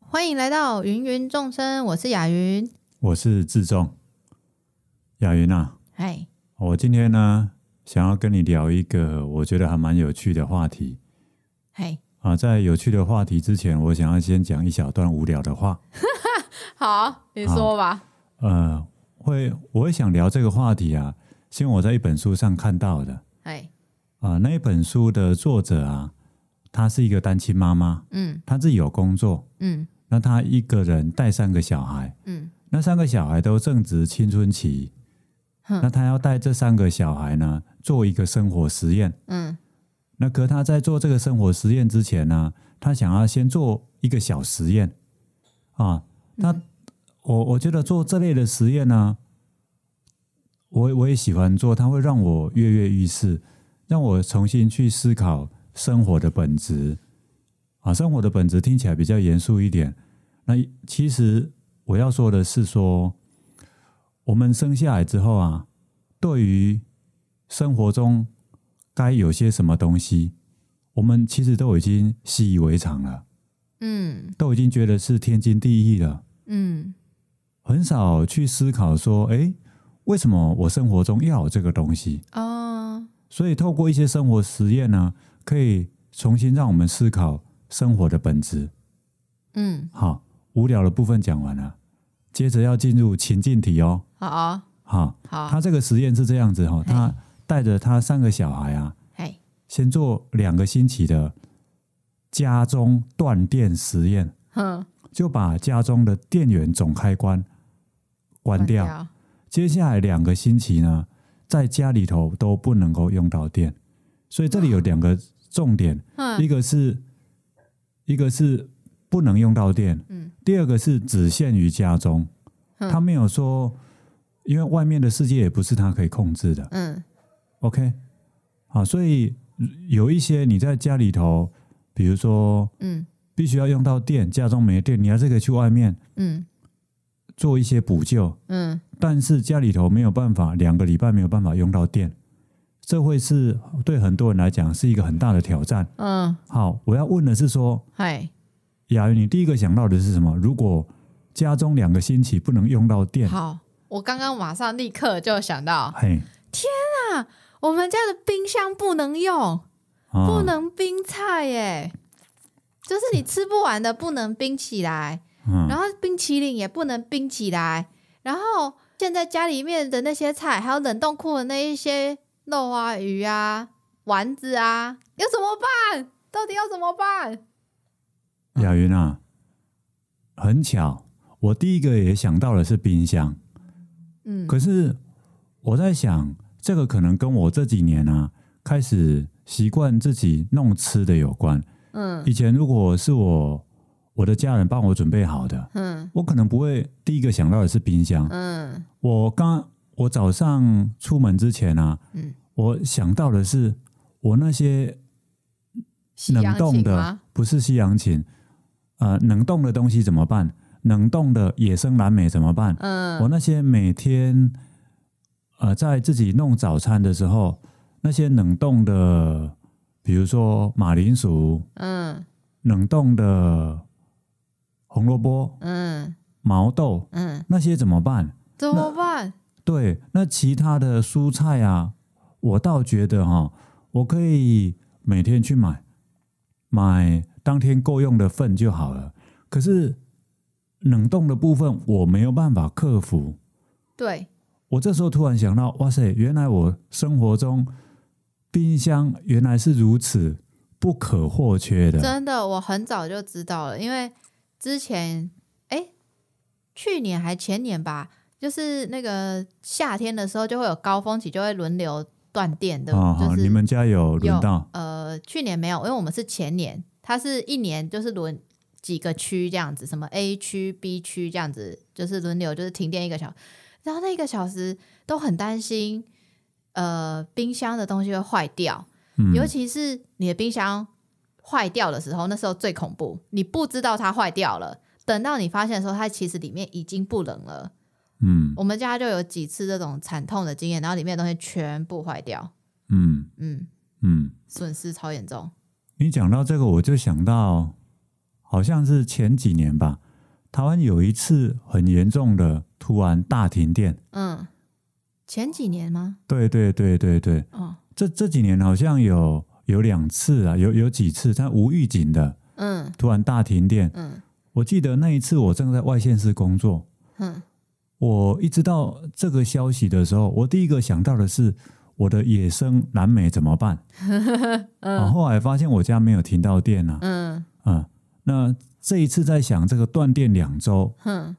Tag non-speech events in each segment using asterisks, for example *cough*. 欢迎来到芸芸众生，我是雅云。我是志仲，雅云啊，哎，我今天呢想要跟你聊一个我觉得还蛮有趣的话题嘿，啊。在有趣的话题之前，我想要先讲一小段无聊的话。好，你说吧。呃，会我会想聊这个话题啊，是因为我在一本书上看到的哎，啊。那一本书的作者啊，她是一个单亲妈妈，嗯她自己有工作，嗯那她一个人带三个小孩，嗯，那三个小孩都正值青春期，哼那她要带这三个小孩呢做一个生活实验。嗯那可他在做这个生活实验之前呢，他想要先做一个小实验啊。那、我我觉得做这类的实验呢，我我也喜欢做，它会让我跃跃欲试，让我重新去思考生活的本质啊。生活的本质听起来比较严肃一点，那其实我要说的是说，我们生下来之后啊，对于生活中该有些什么东西，我们其实都已经习以为常了，嗯都已经觉得是天经地义了，嗯很少去思考说，诶，为什么我生活中要有这个东西？哦，所以透过一些生活实验呢，可以重新让我们思考生活的本质。嗯，好，无聊的部分讲完了，接着要进入情境题哦。好好，好，他这个实验是这样子哈、哦，他带着他三个小孩啊，哎先做两个星期的家中断电实验，哼，就把家中的电源总开关关掉。接下来两个星期呢，在家里头都不能够用到电。所以这里有两个重点，嗯一个是一个是不能用到电，嗯第二个是只限于家中。嗯他没有说，因为外面的世界也不是他可以控制的。嗯 OK，好，所以有一些你在家里头，比如说嗯必须要用到电，家中没电，你还是可以去外面嗯做一些补救，嗯但是家里头没有办法，两个礼拜没有办法用到电，这会是对很多人来讲是一个很大的挑战。嗯，好，我要问的是说，嗨，雅云，你第一个想到的是什么？如果家中两个星期不能用到电，好，我刚刚马上立刻就想到，嘿，我们家的冰箱不能用。啊不能冰菜耶，就是你吃不完的不能冰起来，然嗯，后冰淇淋也不能冰起来，然后现在家里面的那些菜，还有冷冻库的那一些肉啊、鱼啊、丸子啊，要怎么办？到底要怎么办？雅云啊，很巧，我第一个也想到的是冰箱。嗯可是我在想，这个可能跟我这几年啊开始习惯自己弄吃的有关。嗯以前如果是我我的家人帮我准备好的，嗯我可能不会第一个想到的是冰箱。嗯我刚我早上出门之前啊，嗯，我想到的是我那些西冷洋冻芹的吗？不是西洋芹，呃，冷冻的东西怎么办？冷冻的野生蓝莓怎么办？我嗯那些每天呃在自己弄早餐的时候，那些冷冻的，比如说马铃薯、嗯冷冻的红萝卜、嗯毛豆，嗯，那些怎么办？怎么办？对，那其他的蔬菜啊，我倒觉得哈、我可以每天去买，买当天够用的份就好了。可是冷冻的部分我没有办法克服，对，我这时候突然想到，哇塞，原来我生活中冰箱原来是如此不可或缺的。真的，我很早就知道了，因为之前哎，去年还前年吧，就是那个夏天的时候就会有高峰期，就会轮流断电的，哦，就好，是你们家有轮到呃，去年没有，因为我们是前年，它是一年就是轮几个区这样子，什么 A 区、B 区这样子，就是轮流，就是停电一个小时，然后那一个小时都很担心，呃，冰箱的东西会坏掉，嗯尤其是你的冰箱坏掉的时候，那时候最恐怖，你不知道它坏掉了。等到你发现的时候，它其实里面已经不冷了。嗯我们家就有几次这种惨痛的经验，然后里面的东西全部坏掉，嗯嗯，嗯，损失超严重。你讲到这个，我就想到，好像是前几年吧，台湾有一次很严重的突然大停电。嗯，前几年吗？对对对对对，哦，这这几年好像有有两次啊，有有几次它无预警的嗯突然大停电。嗯我记得那一次我正在外县市工作，嗯我一知道这个消息的时候，我第一个想到的是我的野生蓝莓怎么办？啊，后来发现我家没有停到电啊，嗯啊，那这一次在想这个断电两周，哼，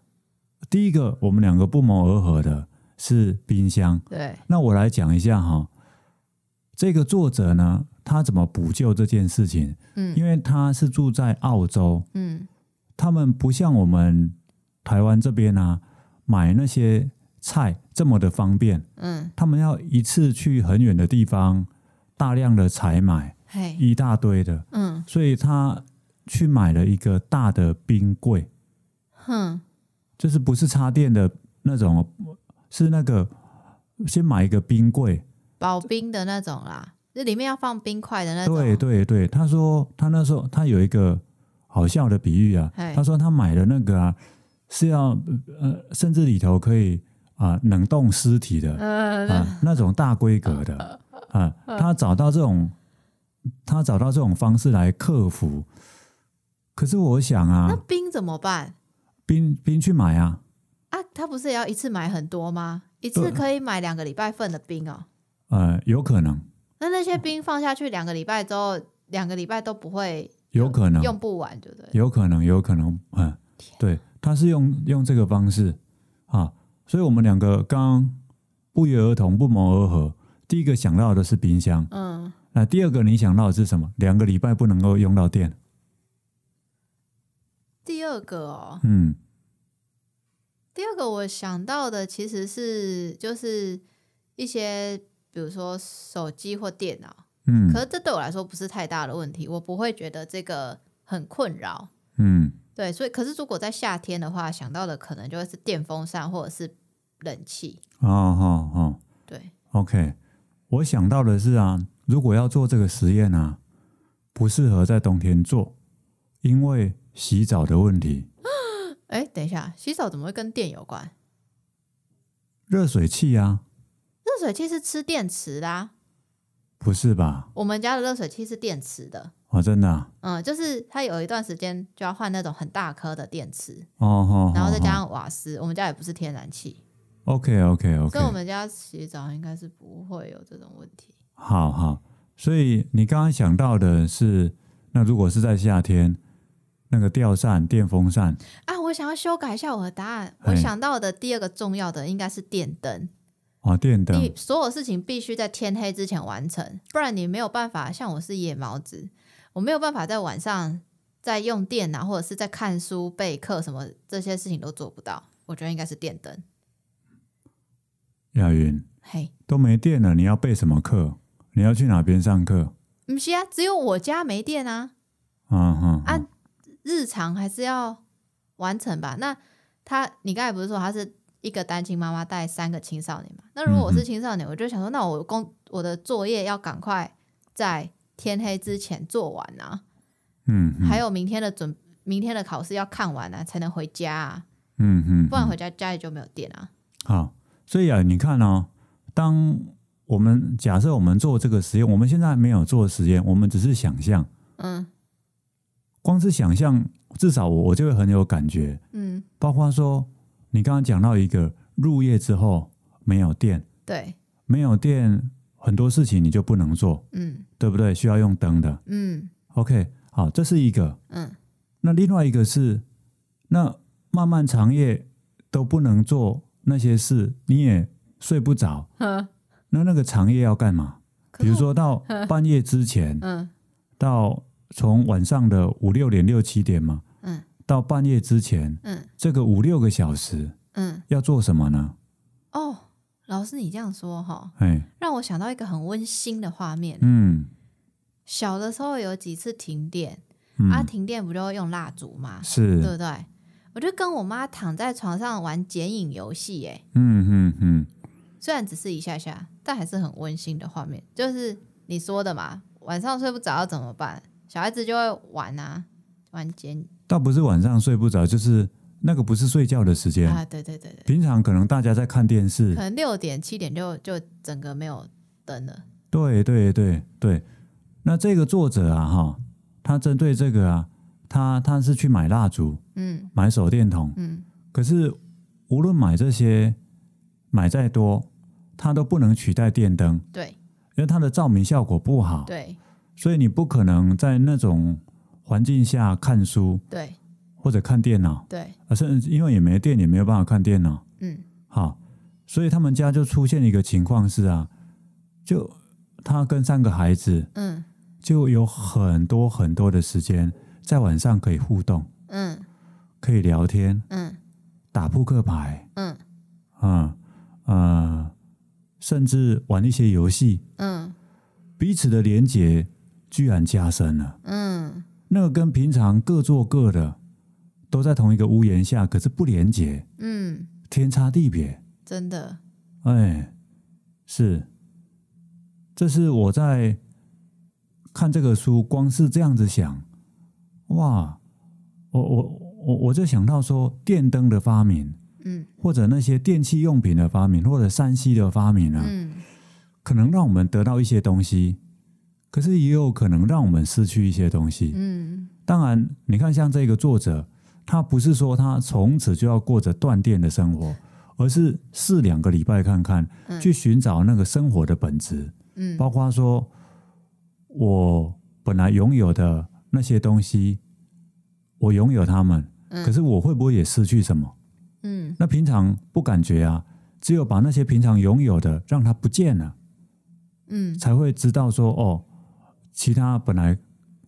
第一个我们两个不谋而合的是冰箱，对，那我来讲一下哈，这个作者呢，他怎么补救这件事情？嗯因为他是住在澳洲，嗯他们不像我们台湾这边啊，买那些菜这么的方便，嗯，他们要一次去很远的地方，大量的采买，嘿，一大堆的，嗯所以他去买了一个大的冰柜，哼，就是不是插电的那种，是那个先买一个冰柜，保冰的那种啦，这里面要放冰块的那种，对，对对，他说他那时候他有一个好笑的比喻啊哎，他说他买的那个啊是要呃，甚至里头可以啊、冷冻尸体的啊、嗯、那那种大规格的啊、他找到这种他找到这种方式来克服。可是我想那啊，冰怎么办冰冰去买啊，啊？他不是也要一次买很多吗？一次对可以买两个礼拜份的冰哦。呃，有可能，那那些冰放下去两个礼拜之后，两个礼拜都不会有可能，用不完，对不对？有可能，有可能，嗯，对，他是用用这个方式啊，所以我们两个刚不约而同、不谋而合，第一个想到的是冰箱，嗯，那第二个你想到的是什么？两个礼拜不能够用到电，第二个哦，嗯，第二个我想到的其实是就是一些比如说手机或电脑，嗯可是这对我来说不是太大的问题，我不会觉得这个很困扰。嗯对，所以可是如果在夏天的话，想到的可能就会是电风扇或者是冷气。哦哦哦对， ，OK，我想到的是啊，如果要做这个实验啊，不适合在冬天做，因为洗澡的问题，哎，等一下，洗澡怎么会跟电有关？热水器啊，热水器是吃电池的、啊，不是吧？我们家的热水器是电池的。哦，真的、啊，嗯，就是它有一段时间就要换那种很大颗的电池，哦哦，然后再哦加上瓦斯。我们家也不是天然气， OK OK 所以我 OK，们家洗澡应该是不会有这种问题。好好。所以你刚刚想到的是，那如果是在夏天，那个吊扇、电风扇，啊，我想要修改一下我的答案。哎我想到的第二个重要的应该是电灯，哦，电灯你，所有事情必须在天黑之前完成，不然你没有办法。像我是夜猫子，我没有办法在晚上在用电脑或者是在看书、备课什么这些事情都做不到。我觉得应该是电灯。亚云嘿，都没电了，你要备什么课？你要去哪边上课？不是啊，只有我家没电啊。嗯哼，啊日常还是要完成吧。那他，你刚才不是说他是一个单亲妈妈带三个青少年嘛？那如果我嗯是哼青少年，我就想说，那我工我的作业要赶快在天黑之前做完啊，嗯哼，还有明天的准明天的考试要看完啊，才能回家啊，嗯哼，不然回家家里就没有电啊。好，所以啊，你看哦，当我们假设我们做这个实验，我们现在没有做实验，我们只是想象，嗯光是想象，至少我我就会很有感觉。嗯，包括说你刚刚讲到一个入夜之后没有电，对，没有电很多事情你就不能做，嗯对不对？需要用灯的。 *laughs* 嗯 OK，好，这是一个。嗯那另外一个是，那漫漫长夜都不能做那些事，你也睡不着。呵，那那个长夜要干嘛？可比是如我，*laughs* 说到半夜之前，嗯到从晚上的五六点、六七点嘛，嗯到半夜之前，嗯这个五六个小时嗯，要做什么呢？哦，老师你这样说哈，哎，让我想到一个很温馨的画面。嗯，小的时候有几次停电，嗯啊，停电不就会用蜡烛吗？对是，不对？我就跟我妈躺在床上玩剪影游戏，哎，嗯嗯嗯，虽然只是一下下，但还是很温馨的画面。就是你说的嘛，晚上睡不着要怎么办？小孩子就会玩啊，玩剪倒不是晚上睡不着，就是那个不是睡觉的时间。啊，对对对对，平常可能大家在看电视可，能六点七点就就整个没有灯了。对对对对。那这个作者啊，哈，他针对这个啊，他他是去买蜡烛，嗯买手电筒，嗯，可是无论买这些，买再多，它都不能取代电灯，对因为它的照明效果不好，对所以你不可能在那种环境下看书对或者看电脑，对，啊，甚至因为也没电，也没有办法看电脑。嗯好，所以他们家就出现一个情况是啊，就他跟三个孩子嗯就有很多很多的时间在晚上可以互动，嗯可以聊天，嗯打扑克牌，嗯啊、呃，甚至玩一些游戏，嗯彼此的连结居然加深了。嗯，那个跟平常各做各的，都在同一个屋檐下，可是不连结，嗯，天差地别。真的，哎，是，这是我在看这个书，光是这样子想，哇，我我我我就想到说，电灯的发明，嗯或者那些电器用品的发明，或者山西的发明啊，嗯，可能让我们得到一些东西，可是也有可能让我们失去一些东西。嗯当然，你看像这个作者，他不是说他从此就要过着断电的生活，而是试两个礼拜看看，嗯去寻找那个生活的本质，嗯包括说我本来拥有的那些东西，我拥有它们，嗯可是我会不会也失去什么？嗯那平常不感觉啊，只有把那些平常拥有的让它不见了。嗯才会知道说哦，其他本来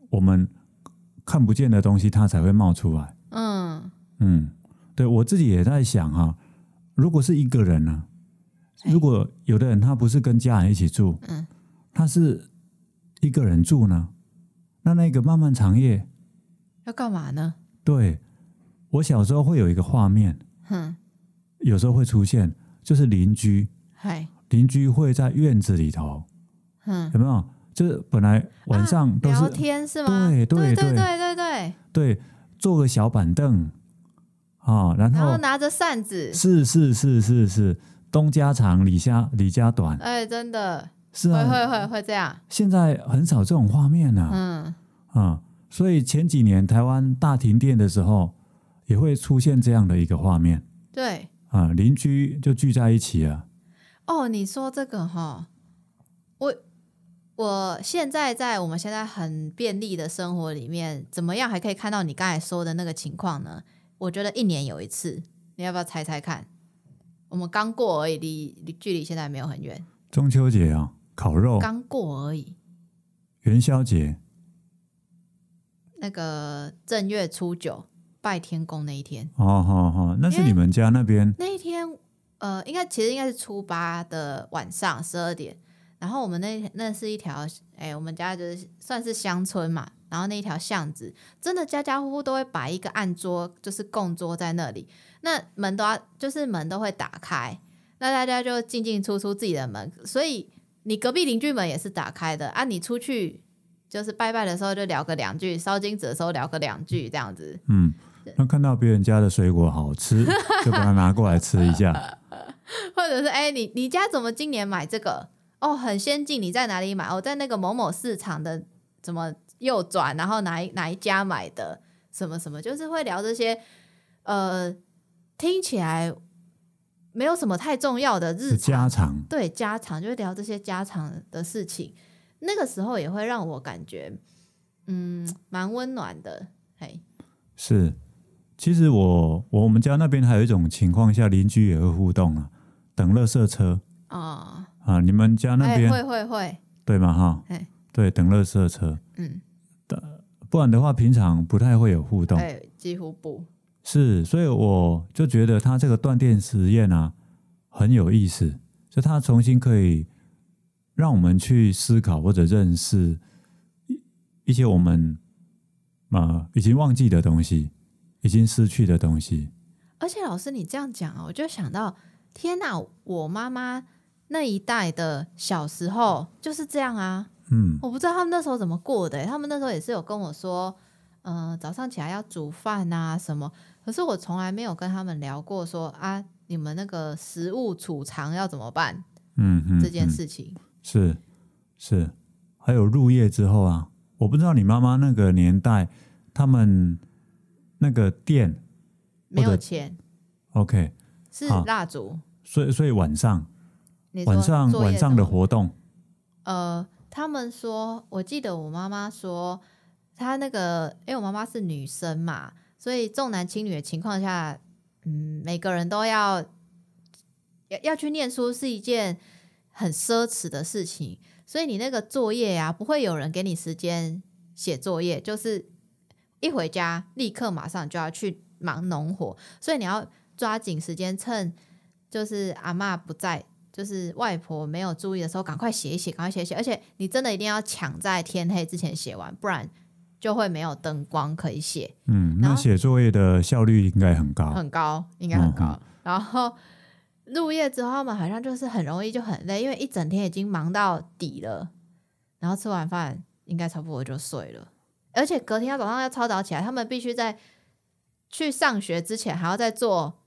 我们看不见的东西，它才会冒出来。嗯，嗯，对我自己也在想哈、如果是一个人呢、哎如果有的人他不是跟家人一起住，嗯，他是一个人住呢，那那个漫漫长夜，要干嘛呢？对我小时候会有一个画面，哼，有时候会出现，就是邻居，嗨，邻居会在院子里头，哼，有没有？就是本来晚上都嗯是、啊聊天是吗？对对对对对对对，对，坐个小板凳啊、然然后后拿着扇子，是啊是是是是，东家长李家李家短，哎，真的是会啊，会会会这样，现在很少这种画面了啊、嗯所以前几年台湾大停电的时候，也会出现这样的一个画面对。啊、邻居就聚在一起啊，哦，你说这个哈，我我现在在我们现在很便利的生活里面，怎么样还可以看到你刚才说的那个情况呢？我觉得一年有一次，你要不要猜猜看？我们刚过而已，离离距离现在没有很远，中秋节啊，烤肉，刚过而已。元宵节，那个正月初九拜天公那一天，哦好好、哦，那是因为你们家那边那一天，呃，应该其实应该是初八的晚上十二点，然后我们那那是一条，哎、我们家就是算是乡村嘛，然后那一条巷子，真的家家户户都会摆一个案桌，就是供桌在那里，那门都要就是门都会打开，那大家就进进出出自己的门，所以你隔壁邻居门也是打开的啊，你出去。就是拜拜的时候就聊个两句，烧金纸的时候聊个两句，这样子。嗯。那看到别人家的水果好吃， *laughs* 就把它拿过来吃一下。或者是哎、你你家怎么今年买这个？哦，很先进，你在哪里买？我、在那个某某市场的怎么右转，然后哪一哪一家买的，什么什么，就是会聊这些，呃，听起来没有什么太重要的日是常，家常，对家常，就会聊这些家常的事情。那个时候也会让我感觉，嗯，蛮温暖的。嘿，是，其实我我们家那边还有一种情况下，邻居也会互动啊，等垃圾车哦，啊，你们家那哎、边、会会会，对吗？哈哎，对，等垃圾车，嗯，不然的话平常不太会有互动。哎，几乎不，是，所以我就觉得他这个断电实验啊很有意思，就他重新可以让我们去思考或者认识一一些我们呃已经忘记的东西，已经失去的东西。而且老师，你这样讲啊，我就想到，天哪！我妈妈那一代的小时候就是这样啊，嗯，我不知道他们那时候怎么过的欸、他们那时候也是有跟我说，嗯、呃早上起来要煮饭啊什么，可是我从来没有跟他们聊过说啊，你们那个食物储藏要怎么办嗯嗯，这件嗯事情。是是，还有入夜之后啊，我不知道你妈妈那个年代，他们那个店没或有者钱， OK，是啊蜡烛。所以所以晚上你说晚上作业晚上的怎么活动，呃，他们说，我记得我妈妈说，她那个，因为我妈妈是女生嘛，所以重男轻女的情况下，嗯，每个人都要要要去念书是一件很奢侈的事情，所以你那个作业啊，不会有人给你时间写作业，就是一回家立刻马上就要去忙农活，所以你要抓紧时间，趁就是阿嬷不在，就是外婆没有注意的时候，赶快写一写，赶快写一写，而且你真的一定要抢在天黑之前写完，不然就会没有灯光可以写。嗯，然那后嗯写作业的效率应该很高，很高，应该很高。嗯然后入夜之后，他们好像就是很容易就很累，因为一整天已经忙到底了，然后吃完饭应该差不多就睡了。而且隔天要早上要超早起来，他们必须在去上学之前还要再做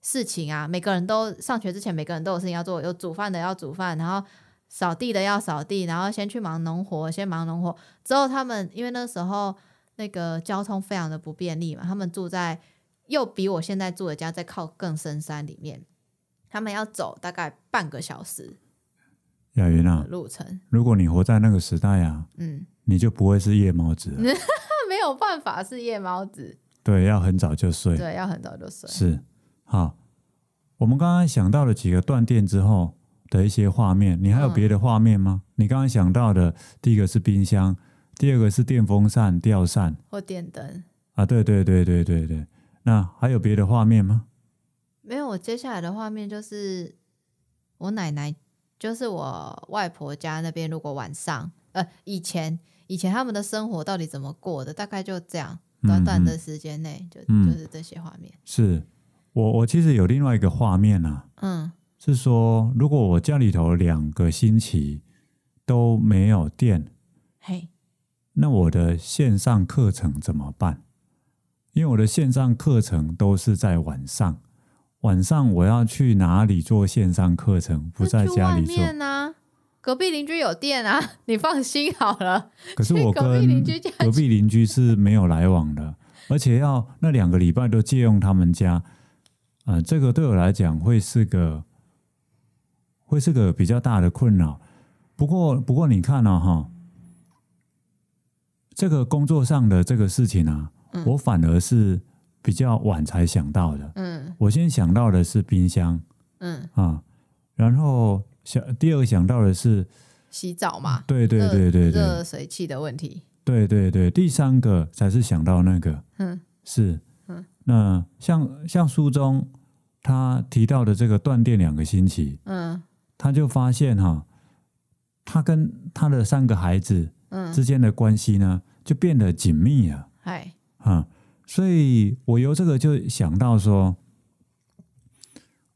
事情啊。每个人都上学之前，每个人都有事情要做，有煮饭的要煮饭，然后扫地的要扫地，然后先去忙农活，先忙农活。之后他们因为那时候那个交通非常的不便利嘛，他们住在又比我现在住的家再靠更深山里面，他们要走大概半个小时雅云的啊，路程。如果你活在那个时代啊，嗯，你就不会是夜猫子了，那没有办法是夜猫子，对，要很早就睡，对，要很早就睡。是好。我们刚刚想到了几个断电之后的一些画面，你还有嗯别的画面吗？你刚刚想到的第一个是冰箱，第二个是电风扇、吊扇或电灯。啊，对对对对对对。那还有别的画面吗？没有，我接下来的画面就是我奶奶，就是我外婆家那边，如果晚上，呃，以前以前他们的生活到底怎么过的，大概就这样，短短的时间内就、嗯就是这些画面。是我我其实有另外一个画面啊，嗯是说如果我家里头两个星期都没有电，嘿，那我的线上课程怎么办？因为我的线上课程都是在晚上，晚上我要去哪里做线上课程？不在家里那做去。外面啊，隔壁邻居有电啊， *laughs* 你放心好了。可是去我隔壁跟邻居家隔壁邻居是没有来往的，而且要那两个礼拜都借用他们家，呃，这个对我来讲会是个会是个比较大的困扰。不过，不过你看啊，哈，这个工作上的这个事情啊，嗯我反而是比较晚才想到的。嗯我先想到的是冰箱嗯，啊，然后想第二个想到的是，洗澡嘛，对对热嗯对对对，热水器的问题。对对对，第三个才是想到那个嗯是，嗯那像像书中他提到的这个断电两个星期，嗯他就发现哈、他跟他的三个孩子嗯，之间的关系呢，就变得紧密了嗨，啊、所以我由这个就想到说，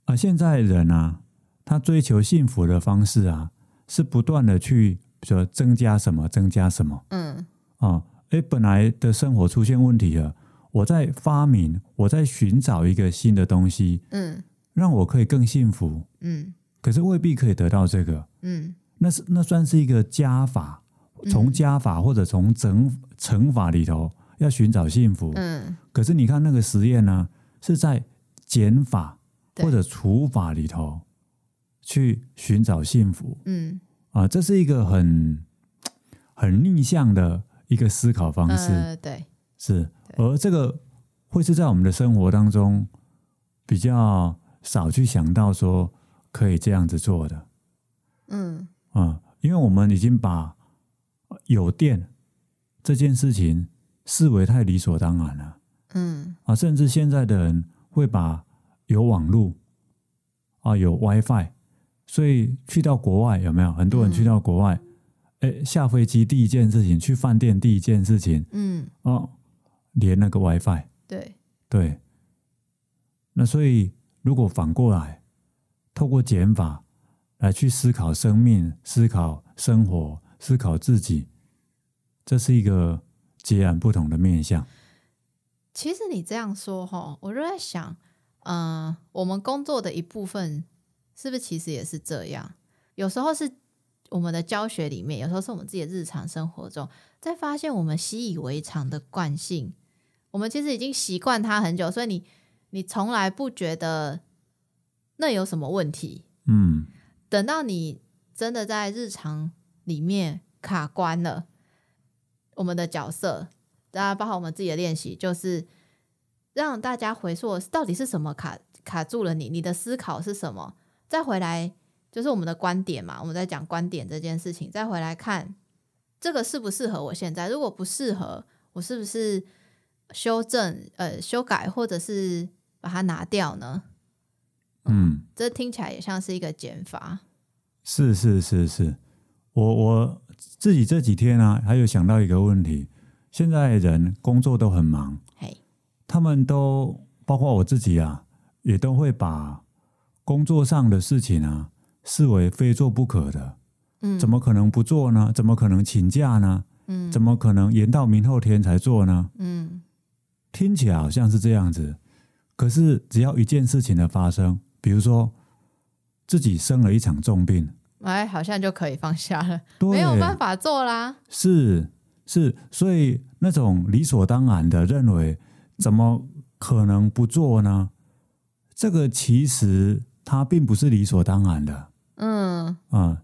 啊、现在人啊，他追求幸福的方式啊，是不断的去说增加什么，增加什么。嗯啊，诶，本来的生活出现问题了，我在发明，我在寻找一个新的东西，嗯让我可以更幸福，嗯可是未必可以得到这个，嗯那是那算是一个加法，从嗯加法或者从整乘法里头要寻找幸福，嗯，可是你看那个实验呢，是在减法对或者除法里头去寻找幸福嗯啊，这是一个很很逆向的一个思考方式。呃对，是，对而这个会是在我们的生活当中比较少去想到说可以这样子做的嗯啊、因为我们已经把有电这件事情视为太理所当然了嗯啊，甚至现在的人会把有网络啊有 WiFi，所以去到国外有没有很多人去嗯到国外？哎，下飞机第一件事情，去饭店第一件事情嗯，哦，连那个 WiFi。对，对，那所以如果反过来，透过减法来去思考生命、思考生活、思考自己，这是一个截然不同的面向。其实你这样说哈，我就在想，嗯、我们工作的一部分是不是其实也是这样？有时候是我们的教学里面，有时候是我们自己的日常生活中，在发现我们习以为常的惯性，我们其实已经习惯它很久，所以你你从来不觉得那有什么问题。嗯，等到你真的在日常里面卡关了，我们的角色，大家包括我们自己的练习，就是让大家回溯到底是什么卡卡住了你，你的思考是什么，再回来就是我们的观点嘛，我们在讲观点这件事情，再回来看这个适不适合我现在，如果不适合，我是不是修正呃修改或者是把它拿掉呢？嗯，这听起来也像是一个减法。是是是是，我我自己这几天啊，还有想到一个问题，现在人工作都很忙，嘿，他们都包括我自己啊，也都会把工作上的事情啊视为非做不可的，嗯，怎么可能不做呢？怎么可能请假呢？嗯怎么可能延到明后天才做呢？嗯听起来好像是这样子，可是只要一件事情的发生，比如说自己生了一场重病，哎，好像就可以放下了， *laughs* 对，没有办法做啦。是是，所以那种理所当然的认为，怎么可能不做呢？这个其实它并不是理所当然的，嗯，嗯，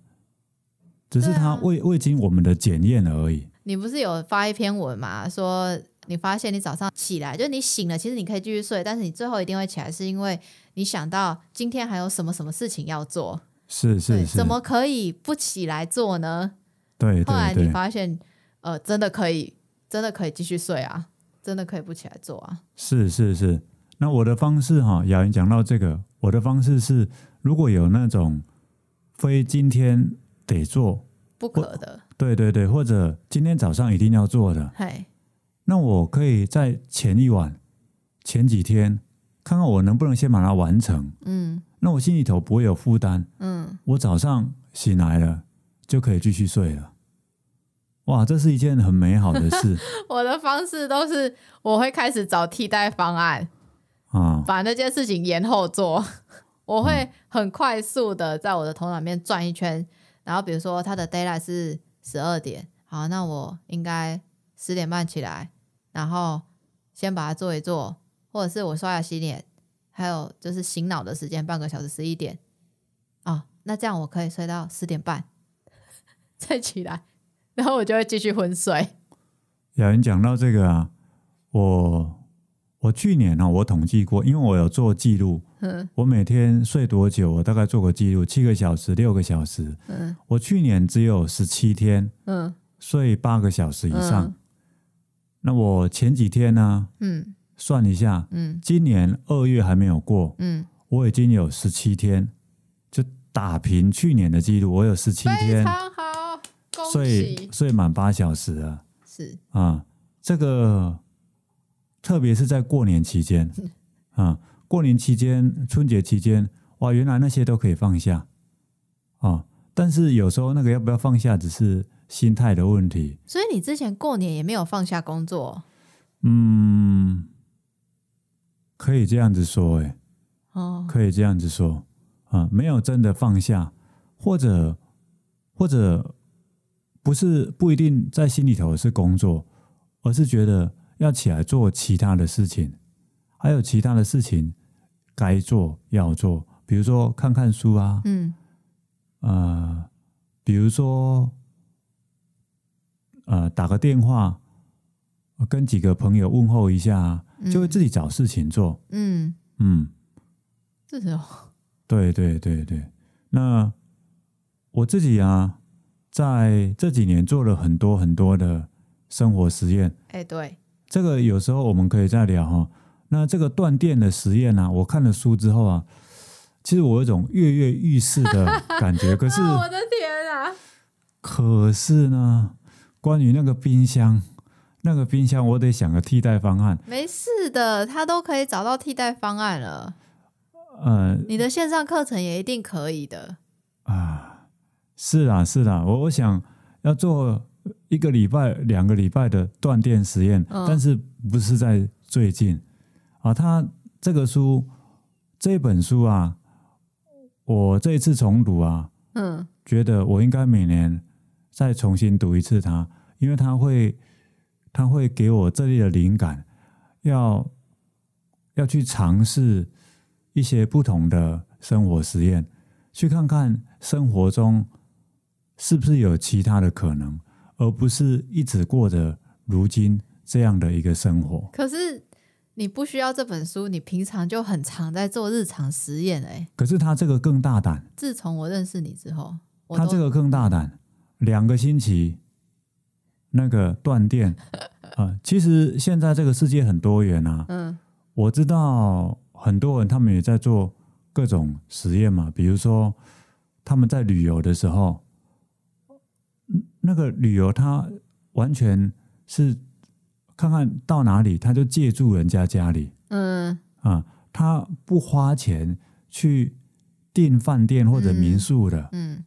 只是对啊它未、未经我们的检验而已。你不是有发一篇文嘛？说你发现你早上起来，就是你醒了，其实你可以继续睡，但是你最后一定会起来，是因为你想到今天还有什么什么事情要做。是对，是是，怎么可以不起来做呢？对后来对你对，发现，呃，真的可以，真的可以继续睡啊，真的可以不起来做啊。是是是。那我的方式哈、雅云讲到这个，我的方式是，如果有那种非今天得做，不可的，对对对，或者今天早上一定要做的，嘿，那我可以在前一晚、前几天看看我能不能先把它完成。嗯那我心里头不会有负担，嗯，我早上醒来了就可以继续睡了。哇，这是一件很美好 *laughs* 的事我的方式都是我会开始找替代方案，啊！把那件事情延后做，我会很快速的在我的头脑里面转一圈，然后比如说他的 d a y l i g h t 是十二点，好，那我应该十点半起来，然后先把它做一做，或者是我刷牙洗脸，还有就是醒脑的时间半个小时十一点，哦，那这样我可以睡到十点半 *laughs* 再起来，然后我就会继续昏睡。 *laughs* 雅云讲到这个啊，我我去年啊，我统计过，因为我有做记录，嗯我每天睡多久，我大概做个记录，七个小时、六个小时。嗯我去年只有十七天嗯睡八个小时以上。嗯那我前几天呢，嗯算一下，嗯今年二月还没有过，嗯，我已经有十七天，就打平去年的记录，我有十七非天常好，恭睡喜！睡满八小时了是啊！这个特别是在过年期间嗯啊，过年期间、春节期间，哇，原来那些都可以放下啊，但是有时候那个要不要放下，只是心态的问题。所以你之前过年也没有放下工作嗯，可以这样子说、欸，哦，可以这样子说啊、没有真的放下，或者或者不是不一定在心里头是工作，而是觉得要起来做其他的事情，还有其他的事情该做要做，比如说看看书啊，嗯呃，比如说呃打个电话，跟几个朋友问候一下啊，嗯就会自己找事情做，嗯，哦嗯这种对对对对，那我自己啊，在这几年做了很多很多的生活实验，哎对，这个有时候我们可以再聊哈、那这个断电的实验啊，我看了书之后啊，其实我有一种跃跃欲试的感 *laughs* 觉。可是，啊我的天啊，可是呢，关于那个冰箱，那个冰箱，我得想个替代方案。没事的，他都可以找到替代方案了，呃，你的线上课程也一定可以的，是啦，是啦，我我想要做一个礼拜、两个礼拜的断电实验，嗯但是不是在最近啊？他这个书这本书啊，我这一次重读啊，嗯觉得我应该每年再重新读一次它，因为它会它会给我这里的灵感，要要去尝试一些不同的生活实验，去看看生活中是不是有其他的可能，而不是一直过着如今这样的一个生活。可是你不需要这本书，你平常就很常在做日常实验哎、可是他这个更大胆，自从我认识你之后，我他都这个更大胆，两个星期那个 *laughs* 断电啊、其实现在这个世界很多元啊，嗯我知道很多人他们也在做各种实验嘛，比如说他们在旅游的时候，嗯那个旅游他完全是看看到哪里他就借住人家家里嗯啊，他不花钱去订饭店或者民嗯宿的。嗯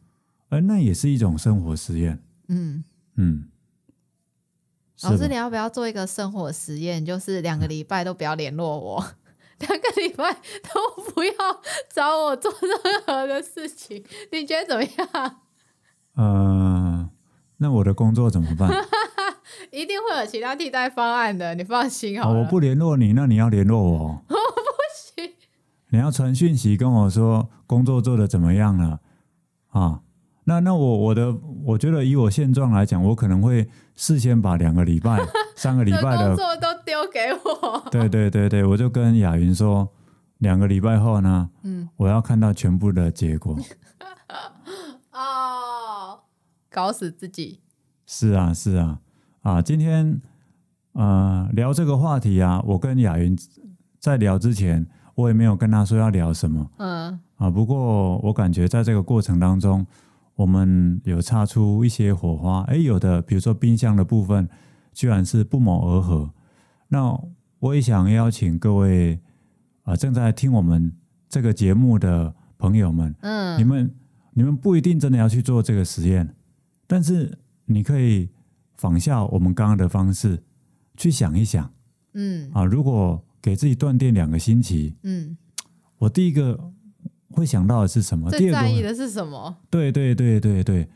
而呃那也是一种生活实验。嗯，嗯，是嗯老师吧你要不要做一个生活实验？就是两个礼拜都不要联络我。 *laughs* 两个礼拜都不要找我做任何的事情，你觉得怎么样？呃，那我的工作 *laughs* 怎么办？啊一定会有其他替代方案的，你放心好啊了。我不联络你，那你要联络 *laughs* 我。我不行。你要传讯息跟我说工作做的怎么样了啊？那那我我的我觉得以我现状来讲，我可能会事先把两个礼 *laughs* 拜、三个礼这拜工的，作都丢给我。对对对对，我就跟雅云说，两个礼拜后呢，嗯，我要看到全部的结果。哦，搞死自己。是啊，是啊，啊，今天呃聊这个话题啊，我跟雅云在聊之前，我也没有跟她说要聊什么嗯啊。不过我感觉在这个过程当中，我们有擦出一些火花。诶，有的，比如说冰箱的部分，居然是不谋而合。那我也想邀请各位啊、正在听我们这个节目的朋友们，嗯，你们你们不一定真的要去做这个实验，但是你可以仿效我们刚刚的方式去想一想嗯啊。如果给自己断电两个星期，嗯，我第一个会想到的是什么？啊第最二在意个，的是什么？对对对对对，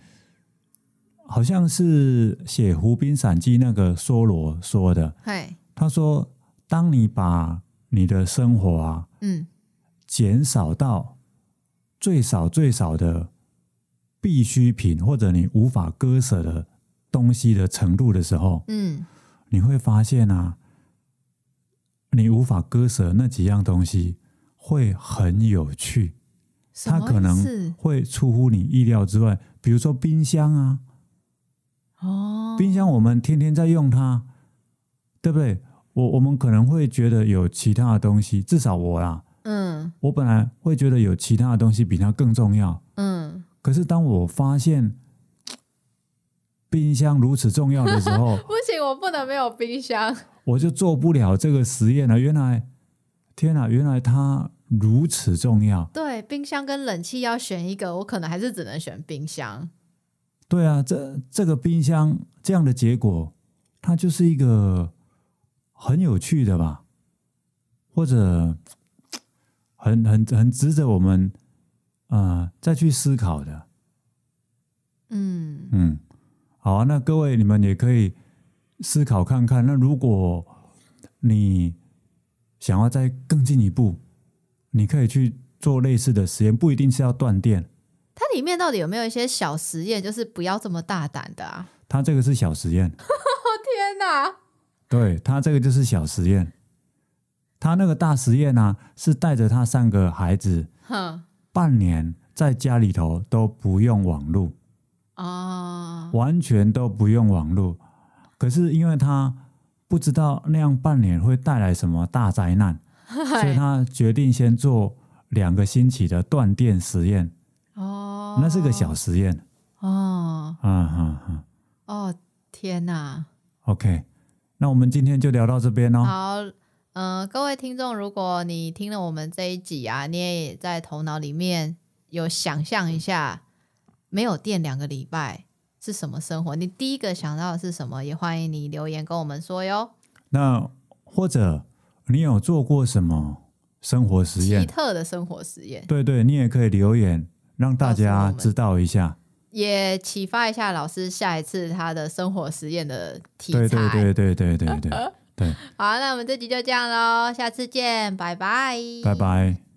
好像是写《湖滨散记》那个梭罗说的，嗨，他说，当你把你的生活啊嗯减少到最少最少的必需品或者你无法割舍的东西的程度的时候，嗯你会发现啊，你无法割舍那几样东西会很有趣，什它么可意能思？会出乎你意料之外。比如说冰箱啊，哦，冰箱我们天天在用它，对不对？我我们可能会觉得有其他的东西，至少我啦，嗯我本来会觉得有其他的东西比它更重要，嗯，，可是当我发现冰箱如此重要的时候 *laughs* 不行，我不能没有冰箱。我就做不了这个实验了。原来，天哪，原来它如此重要。对，冰箱跟冷气要选一个，我可能还是只能选冰箱。对啊，这这个冰箱这样的结果，它就是一个很有趣的吧，或者很很很值得我们呃再去思考的。嗯，嗯，好啊，那各位你们也可以思考看看。那如果你想要再更进一步，你可以去做类似的实验，不一定是要断电，它里面到底有没有一些小实验，就是不要这么大胆的啊？它这个是小实验，天哪！对，它这个就是小实验。它那个大实验呢、是带着他三个孩子哼半年在家里头都不用网络，哦，完全都不用网络。可是因为他不知道那样半年会带来什么大 *laughs* 灾难，所以嗨他决定先做两个星期的断电实验，哦，那是个小实验。哦啊哈哈哦，天哪！ ，OK，那我们今天就聊到这边哦。好，嗯、各位听众，如果你听了我们这一集啊，你也在头脑里面有想象一下，没有电两个礼拜，是什么生活？你第一个想到的是什么？也欢迎你留言跟我们说哟。那或者你有做过什么生活实奇验？特的生活实验，对对，你也可以留言让大告家诉我们知道一下。也启发一下老师下一次他的生活实验的题材。对对对对对对对对，好，那我们这集就这样喽，下次见，拜拜，拜拜。